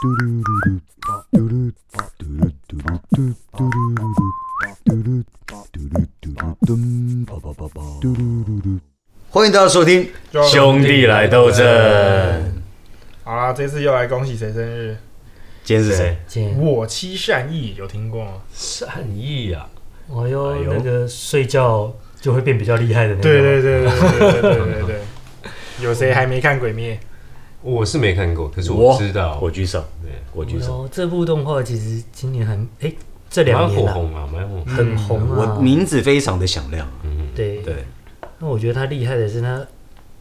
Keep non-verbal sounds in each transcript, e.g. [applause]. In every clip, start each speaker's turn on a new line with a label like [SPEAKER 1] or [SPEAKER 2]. [SPEAKER 1] 嘟噜噜噜，嘟噜嘟噜嘟噜嘟嘟噜噜噜，嘟噜嘟噜嘟噜噔，叭叭叭叭，嘟噜噜噜。
[SPEAKER 2] 欢迎大家收听《兄弟来斗争》。
[SPEAKER 3] 好啦，这次又来恭喜谁生日？
[SPEAKER 2] 今天是谁？
[SPEAKER 4] 见
[SPEAKER 3] 我妻善意有听过吗？
[SPEAKER 4] 善意啊，
[SPEAKER 5] 我
[SPEAKER 4] 哎
[SPEAKER 5] 又
[SPEAKER 4] 呦
[SPEAKER 5] 那个睡觉就会变比较厉害的那种。
[SPEAKER 3] 对对对对对对对对对。有谁还没看《鬼灭
[SPEAKER 4] 我是没看过，可是
[SPEAKER 2] 我
[SPEAKER 4] 我知道，
[SPEAKER 2] 我举手，
[SPEAKER 4] 对
[SPEAKER 2] 我举
[SPEAKER 5] 然
[SPEAKER 2] 手。
[SPEAKER 5] 后哦这部动画其实今年很哎、这两
[SPEAKER 4] 蛮
[SPEAKER 5] 年
[SPEAKER 4] 火
[SPEAKER 5] 啊
[SPEAKER 4] 红啊，蛮火红。
[SPEAKER 5] 很红啊。
[SPEAKER 2] 我名字非常的响亮，
[SPEAKER 4] 嗯，
[SPEAKER 5] 对，
[SPEAKER 2] 对，
[SPEAKER 5] 那我觉得他厉害的是他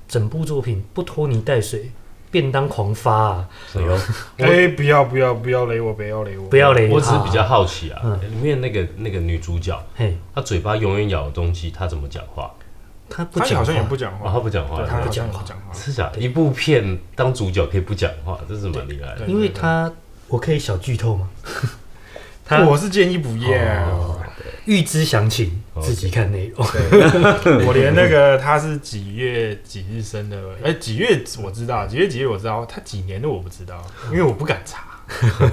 [SPEAKER 5] 整部作品不拖泥带水，便当狂发啊，
[SPEAKER 4] 什么？》？
[SPEAKER 3] 哎，不要不要不要雷我！不要哦雷我！
[SPEAKER 5] 不要雷他。
[SPEAKER 4] 我只是比较好奇啊，
[SPEAKER 5] 哎嗯
[SPEAKER 4] 里面那个那个女主角，
[SPEAKER 5] 嘿，
[SPEAKER 4] 她嘴巴永远咬的东西，她怎么讲话？
[SPEAKER 5] 他不
[SPEAKER 3] 他
[SPEAKER 5] 讲
[SPEAKER 3] 好像也
[SPEAKER 5] 话，
[SPEAKER 3] 不讲
[SPEAKER 4] 哦，她
[SPEAKER 3] 话，
[SPEAKER 4] 不讲话
[SPEAKER 3] 对，他
[SPEAKER 5] 不
[SPEAKER 3] 好像
[SPEAKER 5] 讲
[SPEAKER 3] 也不
[SPEAKER 5] 话
[SPEAKER 3] 讲话。
[SPEAKER 4] 是啊，一部片当主角可以不讲话，这是蛮厉害的。
[SPEAKER 3] 对
[SPEAKER 5] 因为他我可以小剧透嘛，他
[SPEAKER 3] 我是建议不要，
[SPEAKER 5] 预哦知详情，
[SPEAKER 4] 哦
[SPEAKER 5] 自己看内容。
[SPEAKER 3] 我连那个他是几月几日生的，哎，几月我知道，几月几日我知道，他几年的我不知道，因为我不敢查，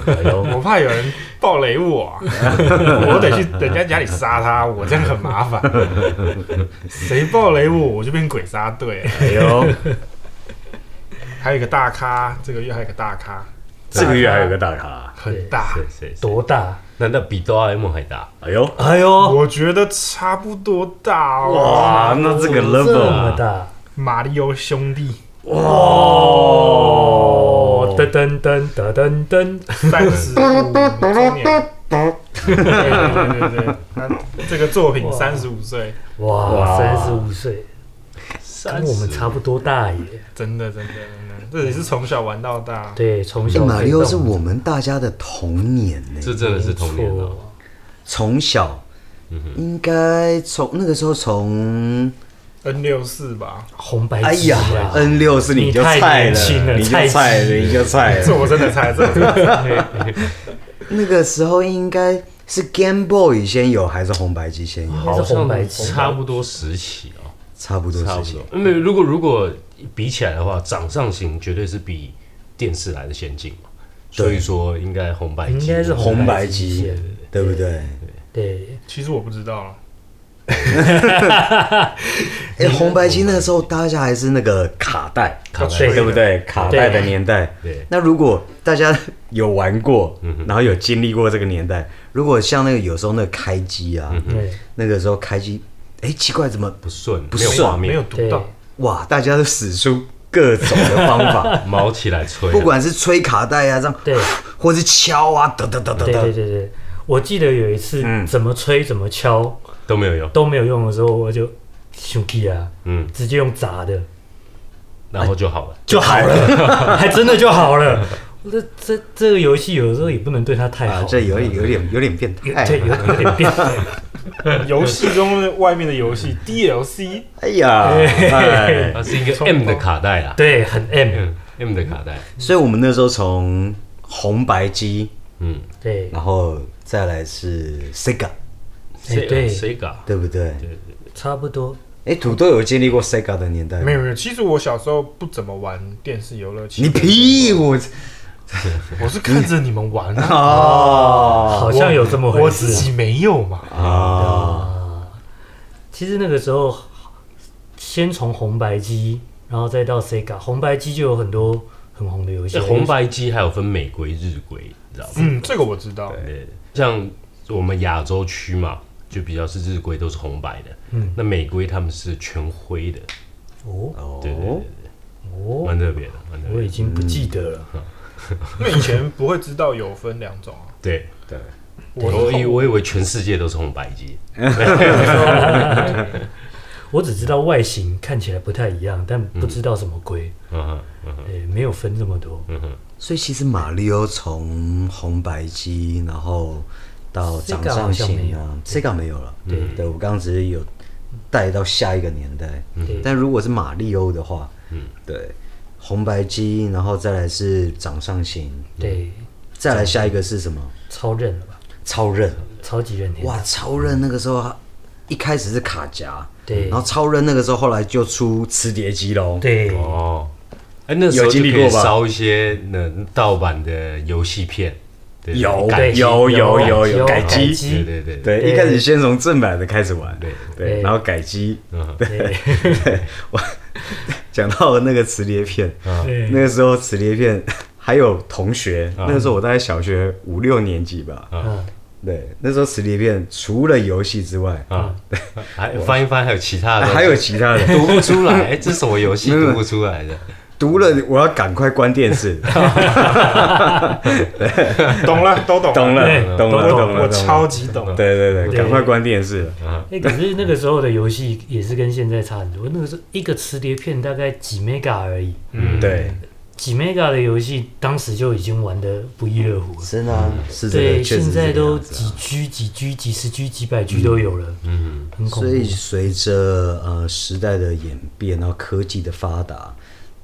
[SPEAKER 2] 哎
[SPEAKER 4] [laughs]
[SPEAKER 2] 呦，
[SPEAKER 3] 我怕有人暴雷我，我得去人家家里杀他，我这样很麻烦。谁暴雷我，我就变鬼杀队了。
[SPEAKER 2] 哎呦，
[SPEAKER 3] 还有一个大咖，这个月还有一个大咖，
[SPEAKER 2] 这个月还有个大咖，
[SPEAKER 3] 很大。
[SPEAKER 4] 谁谁谁？
[SPEAKER 5] 多大？
[SPEAKER 4] 难道比哆啦 A 梦还大？
[SPEAKER 2] 哎呦，
[SPEAKER 5] 哎呦，
[SPEAKER 3] 我觉得差不多大哦，
[SPEAKER 2] 哇，啊那这个
[SPEAKER 5] 这
[SPEAKER 2] level
[SPEAKER 5] 么
[SPEAKER 2] 啊
[SPEAKER 5] 大。
[SPEAKER 3] 马里奥兄弟
[SPEAKER 5] 哦，噔噔噔噔噔噔，
[SPEAKER 3] 三十五周年，对对对对对，那这个作品
[SPEAKER 5] 哇
[SPEAKER 3] 三十五岁，
[SPEAKER 5] 哇，三十五岁，
[SPEAKER 4] 三
[SPEAKER 5] 跟我们差不多大耶。
[SPEAKER 3] 真的真的真的，这也是从小玩到大。
[SPEAKER 5] 对，从小
[SPEAKER 2] 哎马里
[SPEAKER 5] 奥
[SPEAKER 2] 奥是我们大家的童年呢、
[SPEAKER 4] 这真的是童年啊了。
[SPEAKER 5] 错，
[SPEAKER 2] 从小
[SPEAKER 4] 嗯哼
[SPEAKER 2] 应该从那个时候从，
[SPEAKER 3] N 六四吧，
[SPEAKER 5] 红白
[SPEAKER 2] 哎
[SPEAKER 5] 机
[SPEAKER 2] 呀
[SPEAKER 5] 啊，
[SPEAKER 2] ，N 六四你就菜
[SPEAKER 5] 你太年轻了
[SPEAKER 2] 你就
[SPEAKER 5] 菜鸡
[SPEAKER 2] 菜了，你就菜
[SPEAKER 3] 这
[SPEAKER 2] 了。
[SPEAKER 3] 我真的猜，这我真的猜。
[SPEAKER 2] 那个时候应该是 Game Boy 先有还是红白机先有？
[SPEAKER 5] 那是红白机，
[SPEAKER 4] 差不多时期哦，
[SPEAKER 2] 差不多
[SPEAKER 4] 差
[SPEAKER 2] 事
[SPEAKER 4] 不
[SPEAKER 2] 情
[SPEAKER 4] 多。。没有，如果如果比起来的话，掌上型绝对是比电视来的先进嘛。所以说，应该红白机
[SPEAKER 5] 应该是
[SPEAKER 2] 红白
[SPEAKER 5] 白
[SPEAKER 2] 机
[SPEAKER 5] 线，
[SPEAKER 2] 对不对？
[SPEAKER 5] 对，
[SPEAKER 3] 其实我不知道，
[SPEAKER 2] 哎，红白机那个时候大家还是那个卡带，
[SPEAKER 4] 卡带
[SPEAKER 2] 对不对？卡带的年代。
[SPEAKER 4] 对
[SPEAKER 2] 那如果大家 [laughs] 有玩过，
[SPEAKER 5] 嗯
[SPEAKER 2] 然后有经历过这个年代，如果像那个有时候那个开机啊，
[SPEAKER 5] 对
[SPEAKER 2] 那个时候开机，哎，奇怪，怎么
[SPEAKER 4] 不顺，
[SPEAKER 2] 不
[SPEAKER 4] 没有
[SPEAKER 2] 顺
[SPEAKER 4] 画
[SPEAKER 3] 没有
[SPEAKER 4] 面，，
[SPEAKER 3] 读
[SPEAKER 5] 对
[SPEAKER 3] 到，
[SPEAKER 2] 哇？大家都使出各种的方法
[SPEAKER 5] [laughs]
[SPEAKER 4] 毛起来吹啊，
[SPEAKER 2] 不管是吹卡带啊，这样，
[SPEAKER 5] 对
[SPEAKER 2] [laughs] 或是敲啊，得得得得
[SPEAKER 5] 对对对
[SPEAKER 2] 得，
[SPEAKER 5] 对，我记得有一次
[SPEAKER 2] 嗯
[SPEAKER 5] 怎么吹怎么敲
[SPEAKER 4] 都没有用。
[SPEAKER 5] 都没有用的时候，我就生气啊，
[SPEAKER 4] 嗯，
[SPEAKER 5] 直接用砸的，
[SPEAKER 4] 然后就好了。
[SPEAKER 5] 就好了， [laughs] 还真的就好了。这这这个游戏有时候也不能对他太
[SPEAKER 2] 啊
[SPEAKER 5] 哎好，，
[SPEAKER 2] 这有点有点有点变
[SPEAKER 5] 有
[SPEAKER 2] 态。
[SPEAKER 5] 对有有点变态。
[SPEAKER 3] [laughs] 游戏中的外面的游戏 DLC
[SPEAKER 2] 嗯哎呀，哎
[SPEAKER 4] 它是一个 M 的卡带啦，
[SPEAKER 5] 对，很 M，
[SPEAKER 4] 嗯，M 的卡带，
[SPEAKER 2] 所以我们那时候从红白机，
[SPEAKER 4] 嗯，
[SPEAKER 5] 对，
[SPEAKER 2] 然后再来是 Sega，
[SPEAKER 5] 哎
[SPEAKER 4] 谁
[SPEAKER 5] 对
[SPEAKER 4] 谁搞？
[SPEAKER 2] 对不对？
[SPEAKER 5] 差不多。
[SPEAKER 2] 哎，土豆有经历过 Sega 的年代吗
[SPEAKER 3] 没有没有，其实我小时候不怎么玩电视游乐器。
[SPEAKER 2] 你屁股
[SPEAKER 3] 我是看着你们玩
[SPEAKER 2] [laughs]
[SPEAKER 3] 啊，
[SPEAKER 2] 哦
[SPEAKER 5] 好像有这么回
[SPEAKER 3] 我自
[SPEAKER 5] 事。
[SPEAKER 3] 己没有嘛。
[SPEAKER 2] 啊！
[SPEAKER 5] 其实那个时候，先从红白机，然后再到 Sega，红白机就有很多很红的游戏
[SPEAKER 4] 哎。红白机还有分美规、日规，你知道吗？
[SPEAKER 3] 嗯，这个我知道。
[SPEAKER 4] 对，像我们亚洲区嘛，就比较是日规都是红白的，嗯，那美规他们是全灰的，
[SPEAKER 5] 哦
[SPEAKER 4] 对对
[SPEAKER 2] 哦
[SPEAKER 4] 对，
[SPEAKER 5] 哦，
[SPEAKER 4] 蛮特别的，蛮特
[SPEAKER 5] 我
[SPEAKER 4] 别
[SPEAKER 5] 已
[SPEAKER 4] 的。嗯
[SPEAKER 5] 经不记得了。
[SPEAKER 3] 因为以前不会知道有分两种
[SPEAKER 2] [laughs]
[SPEAKER 3] 啊。
[SPEAKER 4] 对，
[SPEAKER 2] 对，哦
[SPEAKER 4] 我以我以为全世界都是红白机，
[SPEAKER 3] 嗯
[SPEAKER 4] 嗯
[SPEAKER 5] 我只知道外形看起来不太一样，但不知道什么龟，
[SPEAKER 4] 嗯哼嗯哼
[SPEAKER 5] 对，没有分这么多。
[SPEAKER 4] 嗯哼，
[SPEAKER 2] 所以其实马里奥从红白机，然后到掌上型啊，Sega 没有了。对对，我刚刚只是有带到下一个年代，但如果是马里奥的话，嗯，对，红白机，然后再来是掌上型，
[SPEAKER 5] 对，
[SPEAKER 2] 再来下一个是什么？
[SPEAKER 5] 超任了吧？
[SPEAKER 2] 超人。
[SPEAKER 5] 超级任天堂
[SPEAKER 2] 哇，超人那个时候他一开始是卡夹，
[SPEAKER 5] 对
[SPEAKER 2] 然后超人那个时候后来就出磁碟机喽，，
[SPEAKER 5] 对，
[SPEAKER 4] 哦，哎，那时候
[SPEAKER 2] 有
[SPEAKER 4] 就
[SPEAKER 2] 经
[SPEAKER 4] 可
[SPEAKER 2] 历
[SPEAKER 4] 以
[SPEAKER 2] 过吧
[SPEAKER 4] 烧一些那盗版的游戏片，对
[SPEAKER 2] 有
[SPEAKER 4] 改
[SPEAKER 5] 对
[SPEAKER 4] 机
[SPEAKER 2] 有有有有
[SPEAKER 5] 改
[SPEAKER 2] 改
[SPEAKER 5] 机
[SPEAKER 2] 机，
[SPEAKER 4] 对对对对，
[SPEAKER 2] 对，
[SPEAKER 5] 对
[SPEAKER 2] 一开始先从正版的开始玩，
[SPEAKER 4] 对
[SPEAKER 2] 对，
[SPEAKER 5] 对
[SPEAKER 2] 然后改机，
[SPEAKER 4] 嗯
[SPEAKER 5] 对
[SPEAKER 2] 讲到了那个磁碟片，
[SPEAKER 5] 对
[SPEAKER 2] 那个时候磁碟片还有同学，那个时候我大概小学五六年级吧，
[SPEAKER 5] 嗯
[SPEAKER 2] 对，那时候磁碟片除了游戏之外，
[SPEAKER 4] 啊，还翻一翻，还有其他的东西，
[SPEAKER 2] 还有其他的，
[SPEAKER 4] [laughs] 读不出来，哎，这是什么游戏读不出来的？
[SPEAKER 2] 读了我要赶快关电视，
[SPEAKER 3] 懂了，都懂，
[SPEAKER 2] 懂了，懂了，
[SPEAKER 5] 都懂
[SPEAKER 2] 懂了，
[SPEAKER 3] 我
[SPEAKER 2] 懂了
[SPEAKER 3] 超级懂。
[SPEAKER 2] 对对对，
[SPEAKER 5] 对
[SPEAKER 2] 赶快关电视了，
[SPEAKER 5] 哎，可是那个时候的游戏也是跟现在差很多。那个时候一个磁碟片大概几 mega 而已，
[SPEAKER 4] 嗯，
[SPEAKER 2] 对，
[SPEAKER 5] 几 mega 的游戏当时就已经玩得不亦乐乎了。
[SPEAKER 2] 真的啊是真
[SPEAKER 5] 对，
[SPEAKER 2] 的，确
[SPEAKER 5] 现
[SPEAKER 2] 实是
[SPEAKER 5] 在
[SPEAKER 2] 这个
[SPEAKER 5] 都
[SPEAKER 2] 样子啊
[SPEAKER 5] 几 G、几 G、几十 G、几百 G 都有了，
[SPEAKER 4] 嗯，
[SPEAKER 5] 很恐
[SPEAKER 2] 所以
[SPEAKER 5] 怖。
[SPEAKER 2] 随着呃时代的演变，然后科技的发达，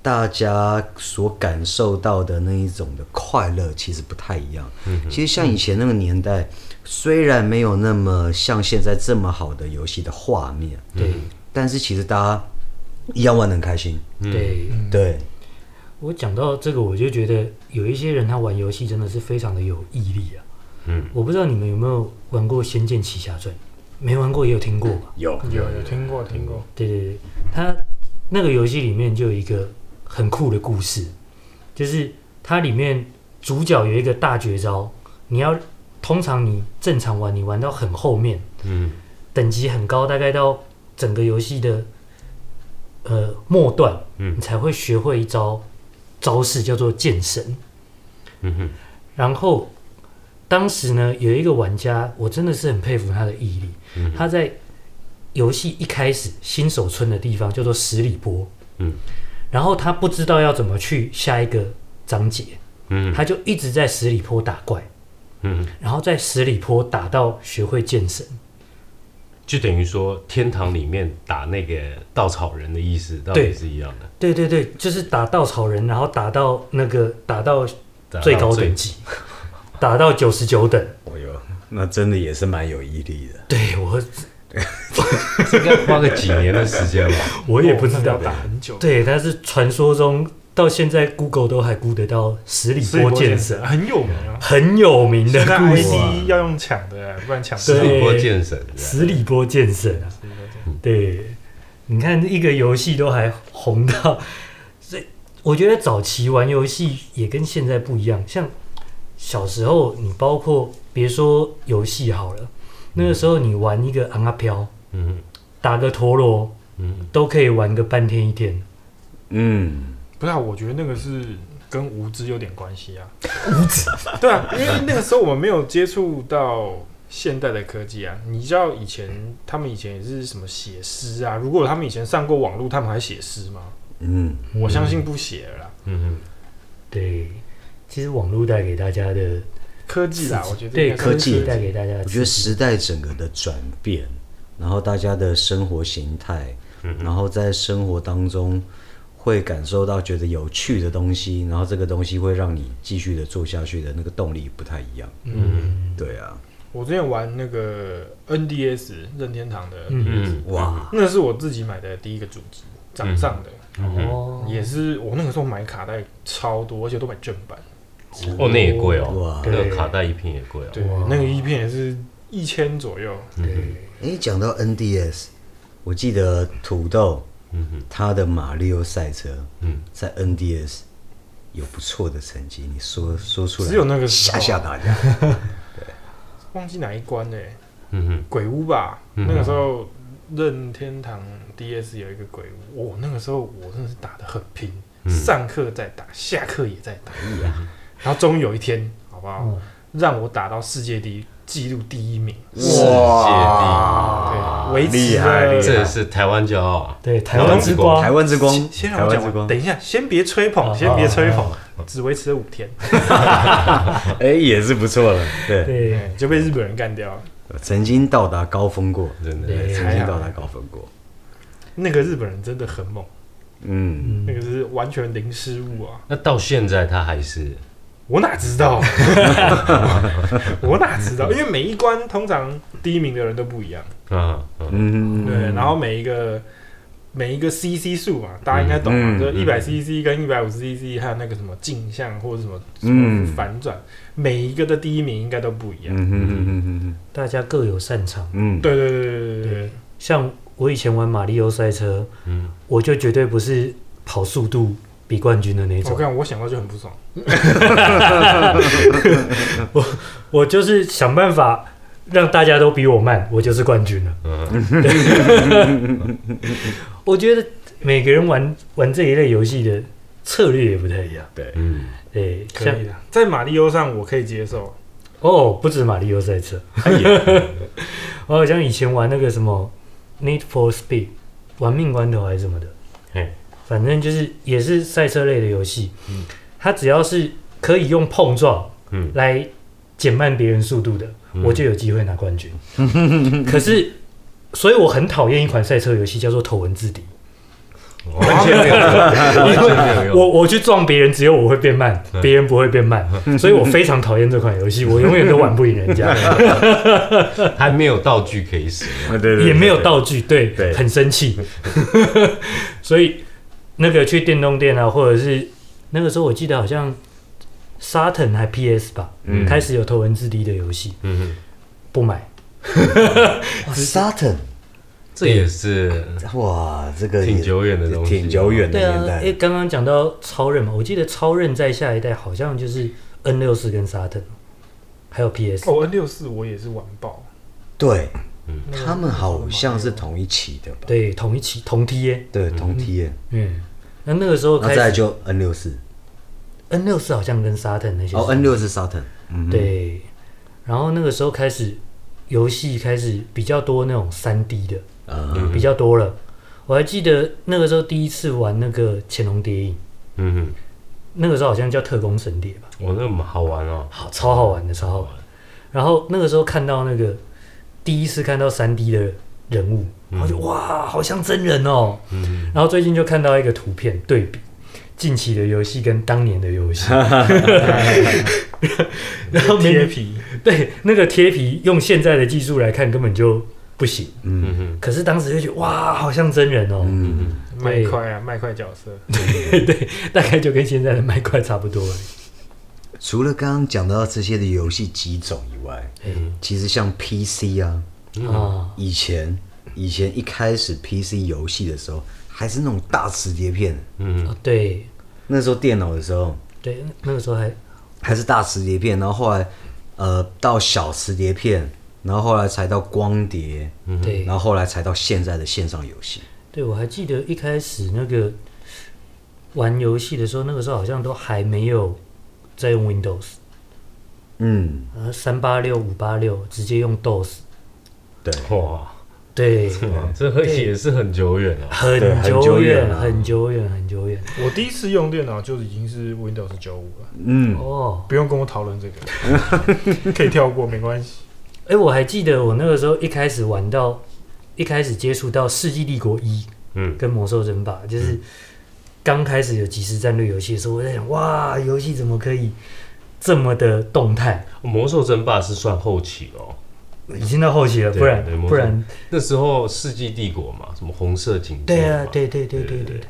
[SPEAKER 2] 大家所感受到的那一种的快乐其实不太一样。其实像以前那个年代，虽然没有那么像现在这么好的游戏的画面，
[SPEAKER 5] 对
[SPEAKER 2] 但是其实大家一样玩的很开心。
[SPEAKER 5] 对，
[SPEAKER 3] 嗯
[SPEAKER 2] 对，
[SPEAKER 5] 我讲到这个，我就觉得有一些人他玩游戏真的是非常的有毅力啊。
[SPEAKER 4] 嗯，
[SPEAKER 5] 我不知道你们有没有玩过《仙剑奇侠传》，没玩过也有听过吧？
[SPEAKER 2] 有
[SPEAKER 3] 有有听过听过，
[SPEAKER 5] 对对对，它那个游戏里面就有一个很酷的故事，就是它里面主角有一个大绝招，你要通常你正常玩，你玩到很后面，
[SPEAKER 4] 嗯，
[SPEAKER 5] 等级很高，大概到整个游戏的呃末段，
[SPEAKER 4] 嗯
[SPEAKER 5] 你才会学会一招招式，叫做剑神。
[SPEAKER 4] 嗯哼，
[SPEAKER 5] 然后当时呢，有一个玩家，我真的是很佩服他的毅力。
[SPEAKER 4] 嗯
[SPEAKER 5] 他在游戏一开始新手村的地方叫做十里坡，
[SPEAKER 4] 嗯，
[SPEAKER 5] 然后他不知道要怎么去下一个章节，
[SPEAKER 4] 嗯
[SPEAKER 5] 他就一直在十里坡打怪，
[SPEAKER 4] 嗯，
[SPEAKER 5] 然后在十里坡打到学会剑神。
[SPEAKER 4] 就等于说天堂里面打那个稻草人的意思，道理
[SPEAKER 5] 对
[SPEAKER 4] 是一样的，
[SPEAKER 5] 对对对，就是打稻草人，然后打到那个打到
[SPEAKER 4] 打到
[SPEAKER 5] 最高等级，打到九十九等。
[SPEAKER 2] 我有，哦那真的也是蛮有毅力的。
[SPEAKER 5] 对我，
[SPEAKER 4] 最，这应该花个几年的时间吧？
[SPEAKER 5] 我也不
[SPEAKER 3] 哦
[SPEAKER 5] 知
[SPEAKER 3] 那个
[SPEAKER 5] 道
[SPEAKER 3] 要打很久。
[SPEAKER 5] 对，它是传说中到现在 Google 都还估得到十里
[SPEAKER 3] 所以
[SPEAKER 5] 坡剑
[SPEAKER 3] 神
[SPEAKER 5] 神，
[SPEAKER 3] 很有名 [laughs] 啊，
[SPEAKER 5] 很有名的
[SPEAKER 3] 现在
[SPEAKER 5] 故事。
[SPEAKER 3] ID 要用抢的，不然抢不
[SPEAKER 4] 直
[SPEAKER 5] 对
[SPEAKER 3] 到。
[SPEAKER 4] 播剑神，
[SPEAKER 5] 十里坡剑神啊，对，你看一个游戏都还红到，所以我觉得早期玩游戏也跟现在不一样。像小时候，你包括别说游戏好了，那个时候你玩一个昂啊飘，
[SPEAKER 4] 嗯
[SPEAKER 5] 打个陀螺，
[SPEAKER 4] 嗯，
[SPEAKER 5] 都可以玩个半天一天。
[SPEAKER 2] 嗯，
[SPEAKER 3] 不是啊，我觉得那个是跟无知有点关系啊。无知？ [laughs] 对啊，因为那个时候我们没有接触到现代的科技啊。你知道以前他们以前也是什么写诗啊？如果他们以前上过网络，他们还写诗吗？
[SPEAKER 2] 嗯，
[SPEAKER 3] 我相信不写了啦。
[SPEAKER 4] 嗯
[SPEAKER 5] 对，其实网络带给大家的
[SPEAKER 3] 科技啦，我觉得应
[SPEAKER 5] 对
[SPEAKER 3] 该是
[SPEAKER 5] 科
[SPEAKER 2] 科
[SPEAKER 5] 技
[SPEAKER 2] 技
[SPEAKER 5] 带给大家的
[SPEAKER 2] 我
[SPEAKER 5] 刺激，
[SPEAKER 2] 觉得时代整个的转变，然后大家的生活形态，
[SPEAKER 3] 嗯
[SPEAKER 2] 然后在生活当中会感受到觉得有趣的东西，然后这个东西会让你继续的做下去的那个动力不太一样。
[SPEAKER 4] 嗯
[SPEAKER 2] 对啊，
[SPEAKER 3] 我之前玩那个 NDS 任天堂的，
[SPEAKER 5] 嗯
[SPEAKER 4] 嗯，
[SPEAKER 2] 哇，
[SPEAKER 3] 那是我自己买的第一个主机，掌上的，
[SPEAKER 5] 哦，
[SPEAKER 3] 也是我那个时候买卡带超多，而且都买正版。
[SPEAKER 4] 哦，那也贵哦，
[SPEAKER 2] 嗯哇，
[SPEAKER 4] 那个卡带一片也贵哦，
[SPEAKER 3] 对，那个一片也是一千左右。
[SPEAKER 4] 嗯
[SPEAKER 2] 哎，讲到 NDS，我记得土豆
[SPEAKER 4] 嗯哼，
[SPEAKER 2] 他的马里奥赛车
[SPEAKER 4] 嗯，
[SPEAKER 2] 在 NDS 有不错的成绩，你说说出来，
[SPEAKER 3] 只有那个时候
[SPEAKER 2] 吓吓大家。
[SPEAKER 3] 忘记哪一关嘞、
[SPEAKER 4] 嗯哼，
[SPEAKER 3] 鬼屋吧？
[SPEAKER 4] 嗯
[SPEAKER 3] 那个时候任天堂 DS 有一个鬼屋，哦，那个时候我真的是打得很拼，上课在打，下课也在打，然后终于有一天，好不好，
[SPEAKER 5] 哎嗯
[SPEAKER 3] 让我打到世界第一，记录第一名，
[SPEAKER 4] 哇，
[SPEAKER 3] 对，维持
[SPEAKER 2] 厉害
[SPEAKER 3] 了
[SPEAKER 2] 厉害
[SPEAKER 4] 这也是台湾骄傲，啊
[SPEAKER 5] 对台湾之光
[SPEAKER 2] 台，湾之光，
[SPEAKER 3] 先
[SPEAKER 2] 台
[SPEAKER 3] 让我
[SPEAKER 2] 湾
[SPEAKER 3] 讲
[SPEAKER 2] 之
[SPEAKER 3] 完，
[SPEAKER 2] 光，
[SPEAKER 3] 等一下，先别吹捧，
[SPEAKER 5] 哦
[SPEAKER 3] 先别吹捧
[SPEAKER 5] 哦，
[SPEAKER 3] 只维持了五天，
[SPEAKER 2] 哎，也是不错了。对，
[SPEAKER 5] 对，
[SPEAKER 3] 哎就被日本人干掉了。
[SPEAKER 2] 曾经到达高峰过，
[SPEAKER 4] 真的，
[SPEAKER 2] 对，
[SPEAKER 5] 对
[SPEAKER 2] 曾经到达高峰过。
[SPEAKER 3] 那个日本人真的很猛，
[SPEAKER 2] 嗯，
[SPEAKER 3] 那个是完全零失误啊！
[SPEAKER 4] 那到现在他还是
[SPEAKER 3] 我哪知道？ [laughs] 我哪知道？因为每一关通常第一名的人都不一样，
[SPEAKER 4] 啊，
[SPEAKER 2] 嗯，
[SPEAKER 4] 嗯
[SPEAKER 3] 对，然后每一个每一个 CC 数嘛，大家应该懂嘛，
[SPEAKER 2] 嗯
[SPEAKER 3] 就
[SPEAKER 2] 嗯
[SPEAKER 3] 一百 CC 跟一百五十 CC，还有那个什么镜像或者什么什么
[SPEAKER 2] 嗯
[SPEAKER 3] 反转，每一个的第一名应该都不一样。
[SPEAKER 2] 嗯哼哼哼哼
[SPEAKER 5] 大家各有擅长。
[SPEAKER 2] 嗯，
[SPEAKER 3] 对对对对对对，
[SPEAKER 5] 像我以前玩马里奥赛车，
[SPEAKER 4] 嗯，
[SPEAKER 5] 我就绝对不是跑速度比冠军的那
[SPEAKER 3] 我
[SPEAKER 5] 种，
[SPEAKER 3] 看我想到就很不爽。
[SPEAKER 5] 我就是想办法让大家都比我慢，我就是冠军了。
[SPEAKER 4] 嗯，
[SPEAKER 5] [laughs] 我觉得每个人玩玩这一类游戏的策略也不太一样。
[SPEAKER 3] 对，
[SPEAKER 4] 嗯，
[SPEAKER 5] 对，
[SPEAKER 3] 可以的，在马里奥上我可以接受，
[SPEAKER 5] 哦，不止马里奥赛车，
[SPEAKER 4] 他
[SPEAKER 5] [laughs]
[SPEAKER 4] 也
[SPEAKER 5] 我好像以前玩那个什么 Need for Speed，玩命关头还是什么的，
[SPEAKER 4] 嘿
[SPEAKER 5] 反正就是也是赛车类的游戏，
[SPEAKER 4] 嗯
[SPEAKER 5] 它只要是可以用碰撞
[SPEAKER 4] 嗯
[SPEAKER 5] 来减慢别人速度的，
[SPEAKER 4] 嗯
[SPEAKER 5] 我就有机会拿冠军。 [laughs] 可是，所以我很讨厌一款赛车游戏叫做头文字 D，
[SPEAKER 4] 完全没有用，
[SPEAKER 5] 因
[SPEAKER 4] 完全没有
[SPEAKER 5] 为
[SPEAKER 4] 用
[SPEAKER 5] 我我去撞别人，只有我会变慢，
[SPEAKER 4] 对
[SPEAKER 5] 别人不会变慢，所以我非常讨厌这款游戏，我永远都玩不赢人家，
[SPEAKER 4] [laughs] 还没有道具可以使用，
[SPEAKER 2] 啊对
[SPEAKER 5] 也没有道具，对，
[SPEAKER 2] 对
[SPEAKER 5] 很生气。 [laughs] 所以那个去电动店啊，或者是那个时候我记得好像沙腾还 PS 吧，
[SPEAKER 2] 嗯
[SPEAKER 5] 开始有头文字 D 的游戏，
[SPEAKER 4] 嗯，
[SPEAKER 5] 不买。
[SPEAKER 2] 哇 Saturn，
[SPEAKER 4] 这也是
[SPEAKER 2] 哇，这个也
[SPEAKER 4] 挺久远的东西
[SPEAKER 2] 挺久远的
[SPEAKER 5] 对啊
[SPEAKER 2] 年，
[SPEAKER 5] 诶，
[SPEAKER 2] 代。
[SPEAKER 5] 刚刚讲到超任嘛，我记得超任在下一代好像就是 N 六四跟沙腾，还有 PS。
[SPEAKER 3] 哦，N 六四我也是玩爆，
[SPEAKER 2] 对
[SPEAKER 3] 那个
[SPEAKER 2] 他们好像是同一期的吧？
[SPEAKER 5] 对，同一期同梯耶，
[SPEAKER 2] 对，同体验。
[SPEAKER 5] 嗯，那那个时候
[SPEAKER 2] 然后再来
[SPEAKER 5] 开始
[SPEAKER 2] 就 N 六四，
[SPEAKER 5] N 六四好像跟沙腾那些
[SPEAKER 2] 哦
[SPEAKER 5] 是
[SPEAKER 2] ，N 六是 Saturn，嗯，，
[SPEAKER 5] 对，然后那个时候开始，游戏开始比较多那种三 D 的，
[SPEAKER 2] 啊，
[SPEAKER 5] 比较多了。我还记得那个时候第一次玩那个《潜龙谍影》，
[SPEAKER 4] 嗯，
[SPEAKER 5] 那个时候好像叫《特工神谍》吧，
[SPEAKER 4] 我那么好玩哦，
[SPEAKER 5] 好，超好玩的，超好玩。然后那个时候看到那个第一次看到三 D 的人物，然后就哇，好像真人哦。
[SPEAKER 4] 嗯，
[SPEAKER 5] 然后最近就看到一个图片对比近期的游戏跟当年的游戏，然后明
[SPEAKER 3] 贴皮，
[SPEAKER 5] [laughs] 对，那个贴皮用现在的技术来看根本就不行，
[SPEAKER 2] 嗯
[SPEAKER 4] 嗯
[SPEAKER 5] 可是当时就觉得哇，好像真人哦， [laughs]
[SPEAKER 2] 嗯，
[SPEAKER 3] 卖
[SPEAKER 5] 对
[SPEAKER 3] 块啊，卖块角色，
[SPEAKER 5] 大概就跟现在的麦块差不多了。
[SPEAKER 2] 除了刚刚讲到这些的游戏机种以外，其实像 PC 啊，
[SPEAKER 5] 啊，
[SPEAKER 2] 以前以前一开始 PC 游戏的时候，还是那种大磁碟片，
[SPEAKER 4] 嗯
[SPEAKER 5] 哦对
[SPEAKER 2] 那时候电脑的时候
[SPEAKER 5] 对，那个时候还
[SPEAKER 2] 还是大磁碟片，然后后来呃到小磁碟片，然后后来才到光碟，
[SPEAKER 5] 对
[SPEAKER 2] 然后后来才到现在的线上游戏。
[SPEAKER 5] 对，我还记得一开始那个玩游戏的时候，那个时候好像都还没有在用 Windows，
[SPEAKER 2] 嗯，
[SPEAKER 5] 呃，三八六、五八六直接用 DOS，
[SPEAKER 2] 对，
[SPEAKER 4] 哇，
[SPEAKER 5] 对，
[SPEAKER 4] 这个也是很久远啊了，
[SPEAKER 5] 很
[SPEAKER 2] 对很
[SPEAKER 5] 久
[SPEAKER 2] 久
[SPEAKER 5] 远
[SPEAKER 2] 远，啊
[SPEAKER 5] 很久远，很久远。
[SPEAKER 3] 我第一次用电脑就已经是 Windows 九五了，
[SPEAKER 2] 嗯，
[SPEAKER 5] 哦，
[SPEAKER 3] 不用跟我讨论这个， [laughs] 可以跳过没关系。
[SPEAKER 5] 哎、我还记得我那个时候一开始玩到，一开始接触到《世纪帝国一》
[SPEAKER 4] 嗯
[SPEAKER 5] 跟《魔兽争霸》，就是刚开始有即时战略游戏的时候，我在想，哇，游戏怎么可以这么的动态？
[SPEAKER 4] 魔兽争霸是算后期哦，
[SPEAKER 5] 已经到后期了，
[SPEAKER 4] 对
[SPEAKER 5] 不然
[SPEAKER 4] 对魔兽
[SPEAKER 5] 不然，
[SPEAKER 4] 那时候世纪帝国嘛，什么红色警戒
[SPEAKER 5] 对啊
[SPEAKER 4] 嘛，
[SPEAKER 5] 对对对对
[SPEAKER 4] 对
[SPEAKER 5] 对对，《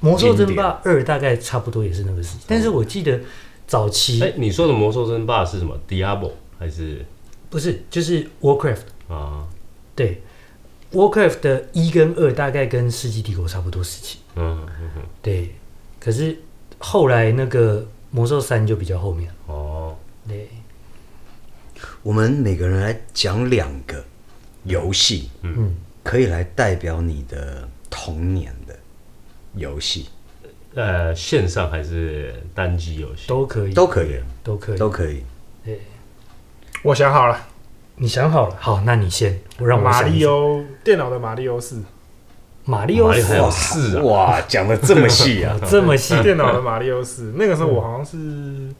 [SPEAKER 5] 魔兽争
[SPEAKER 2] 经典
[SPEAKER 5] 霸二》大概差不多也是那个时期，但是我记得早期、
[SPEAKER 4] 哦哎，你说的魔兽争霸是什么？Diablo 还是
[SPEAKER 5] 不是就是《Warcraft》
[SPEAKER 4] 啊？
[SPEAKER 5] 对，《Warcraft》的一跟二大概跟《世纪帝国》差不多时期。
[SPEAKER 4] 嗯嗯嗯，
[SPEAKER 5] 对，可是后来那个魔兽三就比较后面了。
[SPEAKER 4] 哦，
[SPEAKER 5] 对，
[SPEAKER 2] 我们每个人来讲两个游戏，
[SPEAKER 5] 嗯，
[SPEAKER 2] 可以来代表你的童年的游戏，
[SPEAKER 4] 呃，线上还是单机游戏？
[SPEAKER 5] 都可以，
[SPEAKER 2] 都可以，
[SPEAKER 5] 都可以，
[SPEAKER 2] 都可以。
[SPEAKER 5] 对，
[SPEAKER 3] 我想好了，
[SPEAKER 5] 你想好了，好，那你先，我让我
[SPEAKER 3] 马
[SPEAKER 5] 想一
[SPEAKER 3] 里
[SPEAKER 5] 下，
[SPEAKER 3] 奥电脑的马里奥四，
[SPEAKER 5] 马里奥
[SPEAKER 4] 马里还
[SPEAKER 5] 四
[SPEAKER 4] 有
[SPEAKER 2] 哇
[SPEAKER 4] 四啊
[SPEAKER 2] 哇，讲的这么细
[SPEAKER 5] [laughs]
[SPEAKER 2] 啊！
[SPEAKER 5] 啊这么细，
[SPEAKER 3] 电脑的马里奥四，那个时候我好像是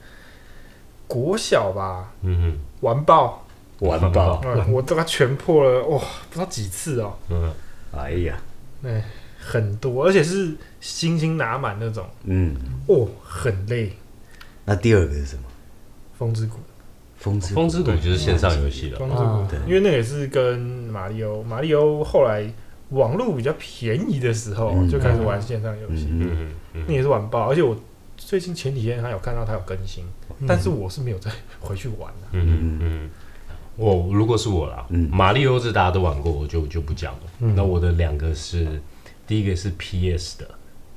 [SPEAKER 3] 国小吧，
[SPEAKER 4] 嗯
[SPEAKER 3] 完爆，
[SPEAKER 2] 完爆！
[SPEAKER 3] 嗯，我大概全破了，哇，不知道几次哦，
[SPEAKER 4] 嗯嗯，
[SPEAKER 2] 哎呀，
[SPEAKER 3] 哎，很多，而且是星星拿满那种，
[SPEAKER 2] 嗯，
[SPEAKER 3] 哦，很累，
[SPEAKER 2] 那第二个是什么？
[SPEAKER 3] 风之谷，
[SPEAKER 2] 风之
[SPEAKER 4] 风之谷就是线上游戏了。
[SPEAKER 3] 风之谷，
[SPEAKER 5] 啊
[SPEAKER 3] 因为那个也是跟马里奥，马里奥后来网络比较便宜的时候，
[SPEAKER 2] 嗯
[SPEAKER 3] 就开始玩线上游戏，
[SPEAKER 2] 嗯
[SPEAKER 4] 嗯嗯
[SPEAKER 3] 那也是玩爆。而且我最近前几天还有看到它有更新，但是我是没有再回去玩的、
[SPEAKER 4] 嗯嗯，我如果是我啦，
[SPEAKER 2] 嗯
[SPEAKER 4] 马里奥是大家都玩过，我就就不讲了。那我的两个是，第一个是 PS 的，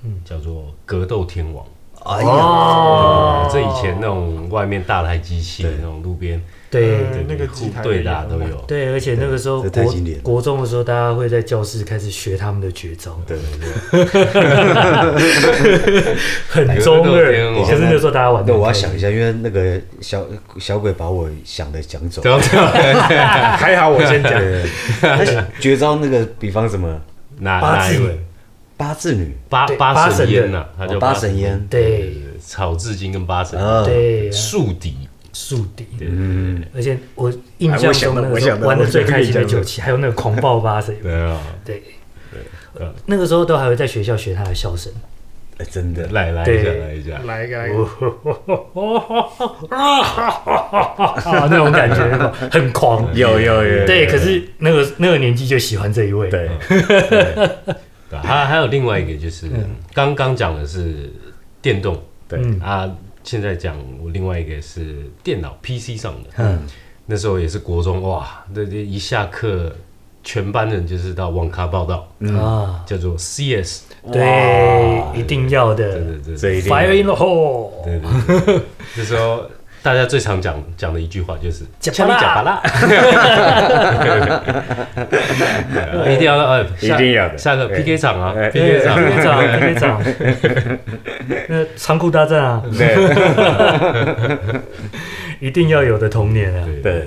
[SPEAKER 5] 嗯
[SPEAKER 4] 叫做《格斗天王》
[SPEAKER 2] 哎
[SPEAKER 5] 哦
[SPEAKER 2] 呀，
[SPEAKER 4] 嗯这以前那种外面大台机器
[SPEAKER 2] 对
[SPEAKER 4] 那种路边
[SPEAKER 5] 对
[SPEAKER 3] 嗯
[SPEAKER 4] 对
[SPEAKER 3] 那个
[SPEAKER 4] 互
[SPEAKER 3] 机台
[SPEAKER 4] 对
[SPEAKER 3] 的
[SPEAKER 4] 打
[SPEAKER 3] 也
[SPEAKER 4] 都
[SPEAKER 3] 很
[SPEAKER 4] 有，
[SPEAKER 5] 对，而且那个时候
[SPEAKER 2] 这太
[SPEAKER 5] 国
[SPEAKER 2] 经典了
[SPEAKER 5] 国中的时候，大家会在教室开始学他们的绝招，
[SPEAKER 2] 对对对，
[SPEAKER 5] 很
[SPEAKER 4] 格斗
[SPEAKER 5] 中二
[SPEAKER 4] 天。王
[SPEAKER 5] 可是那时候大家玩的，
[SPEAKER 2] 那我要想一下，因为那个小小鬼把我想的讲走
[SPEAKER 4] 这，样这样，
[SPEAKER 3] 还好我先讲，
[SPEAKER 2] 对，
[SPEAKER 5] [laughs]
[SPEAKER 2] 绝招那个，比方什么
[SPEAKER 4] 哪
[SPEAKER 5] 八
[SPEAKER 4] 哪
[SPEAKER 5] 字
[SPEAKER 4] 一位？
[SPEAKER 2] 八字女，
[SPEAKER 4] 八
[SPEAKER 5] 对
[SPEAKER 4] 八
[SPEAKER 5] 八神
[SPEAKER 4] 神
[SPEAKER 5] 人
[SPEAKER 4] 烟呐，他叫
[SPEAKER 2] 哦八神烟
[SPEAKER 5] 对
[SPEAKER 4] 草至今跟八神烟
[SPEAKER 2] 啊，
[SPEAKER 5] 对啊
[SPEAKER 4] 宿敌，
[SPEAKER 5] 宿敌，
[SPEAKER 2] 嗯，
[SPEAKER 5] 而且我印
[SPEAKER 2] 哎我
[SPEAKER 5] 象
[SPEAKER 2] 想到
[SPEAKER 5] 中那个
[SPEAKER 2] 我
[SPEAKER 5] 时
[SPEAKER 2] 想
[SPEAKER 5] 候
[SPEAKER 2] 到
[SPEAKER 5] 玩的
[SPEAKER 2] 我
[SPEAKER 5] 最开
[SPEAKER 2] 跟你
[SPEAKER 5] 心的
[SPEAKER 2] 讲的
[SPEAKER 5] 九七，还有那个狂暴八神，
[SPEAKER 4] 对啊，
[SPEAKER 5] 对，嗯
[SPEAKER 4] 对
[SPEAKER 5] 那个时候都还会在学校学他的笑声。
[SPEAKER 2] 哎真的，
[SPEAKER 4] 来来一下
[SPEAKER 5] 对
[SPEAKER 4] 来一下，
[SPEAKER 3] [laughs] 来一个来一个，
[SPEAKER 5] 啊，那种感觉 [laughs] 有没有很狂。
[SPEAKER 2] 有有有，嗯
[SPEAKER 5] 对，可是那个那个年纪就喜欢这一位。
[SPEAKER 2] 对，
[SPEAKER 4] 对，还还有另外一个就是刚刚讲的是电动，
[SPEAKER 2] 嗯对
[SPEAKER 5] 嗯
[SPEAKER 4] 啊，现在讲我另外一个是电脑 PC 上的，
[SPEAKER 5] 嗯
[SPEAKER 4] 那时候也是国中哇，那那一下课全班人就是到网咖报道，
[SPEAKER 2] 嗯
[SPEAKER 5] 啊，
[SPEAKER 4] 叫做 CS，
[SPEAKER 2] 哦
[SPEAKER 5] 对，一定要
[SPEAKER 4] 对
[SPEAKER 5] 的。
[SPEAKER 4] 对对，
[SPEAKER 2] 这一定
[SPEAKER 5] Fire in the hole，
[SPEAKER 4] 对对
[SPEAKER 2] [laughs]
[SPEAKER 4] 对，那时候大家最常讲讲的一句话就是“
[SPEAKER 5] 假
[SPEAKER 4] 枪
[SPEAKER 5] 巴拉
[SPEAKER 4] 你假巴拉”，
[SPEAKER 5] [laughs]
[SPEAKER 4] 对一定要呃，下
[SPEAKER 2] 哎一定要的
[SPEAKER 4] 下个 PK 场啊
[SPEAKER 2] 哎
[SPEAKER 4] ，PK 场
[SPEAKER 5] 队 [laughs] 长，队长， [laughs] 那仓库大战啊，
[SPEAKER 2] 对
[SPEAKER 5] 一定要有的童年啊。
[SPEAKER 4] 对
[SPEAKER 2] 对。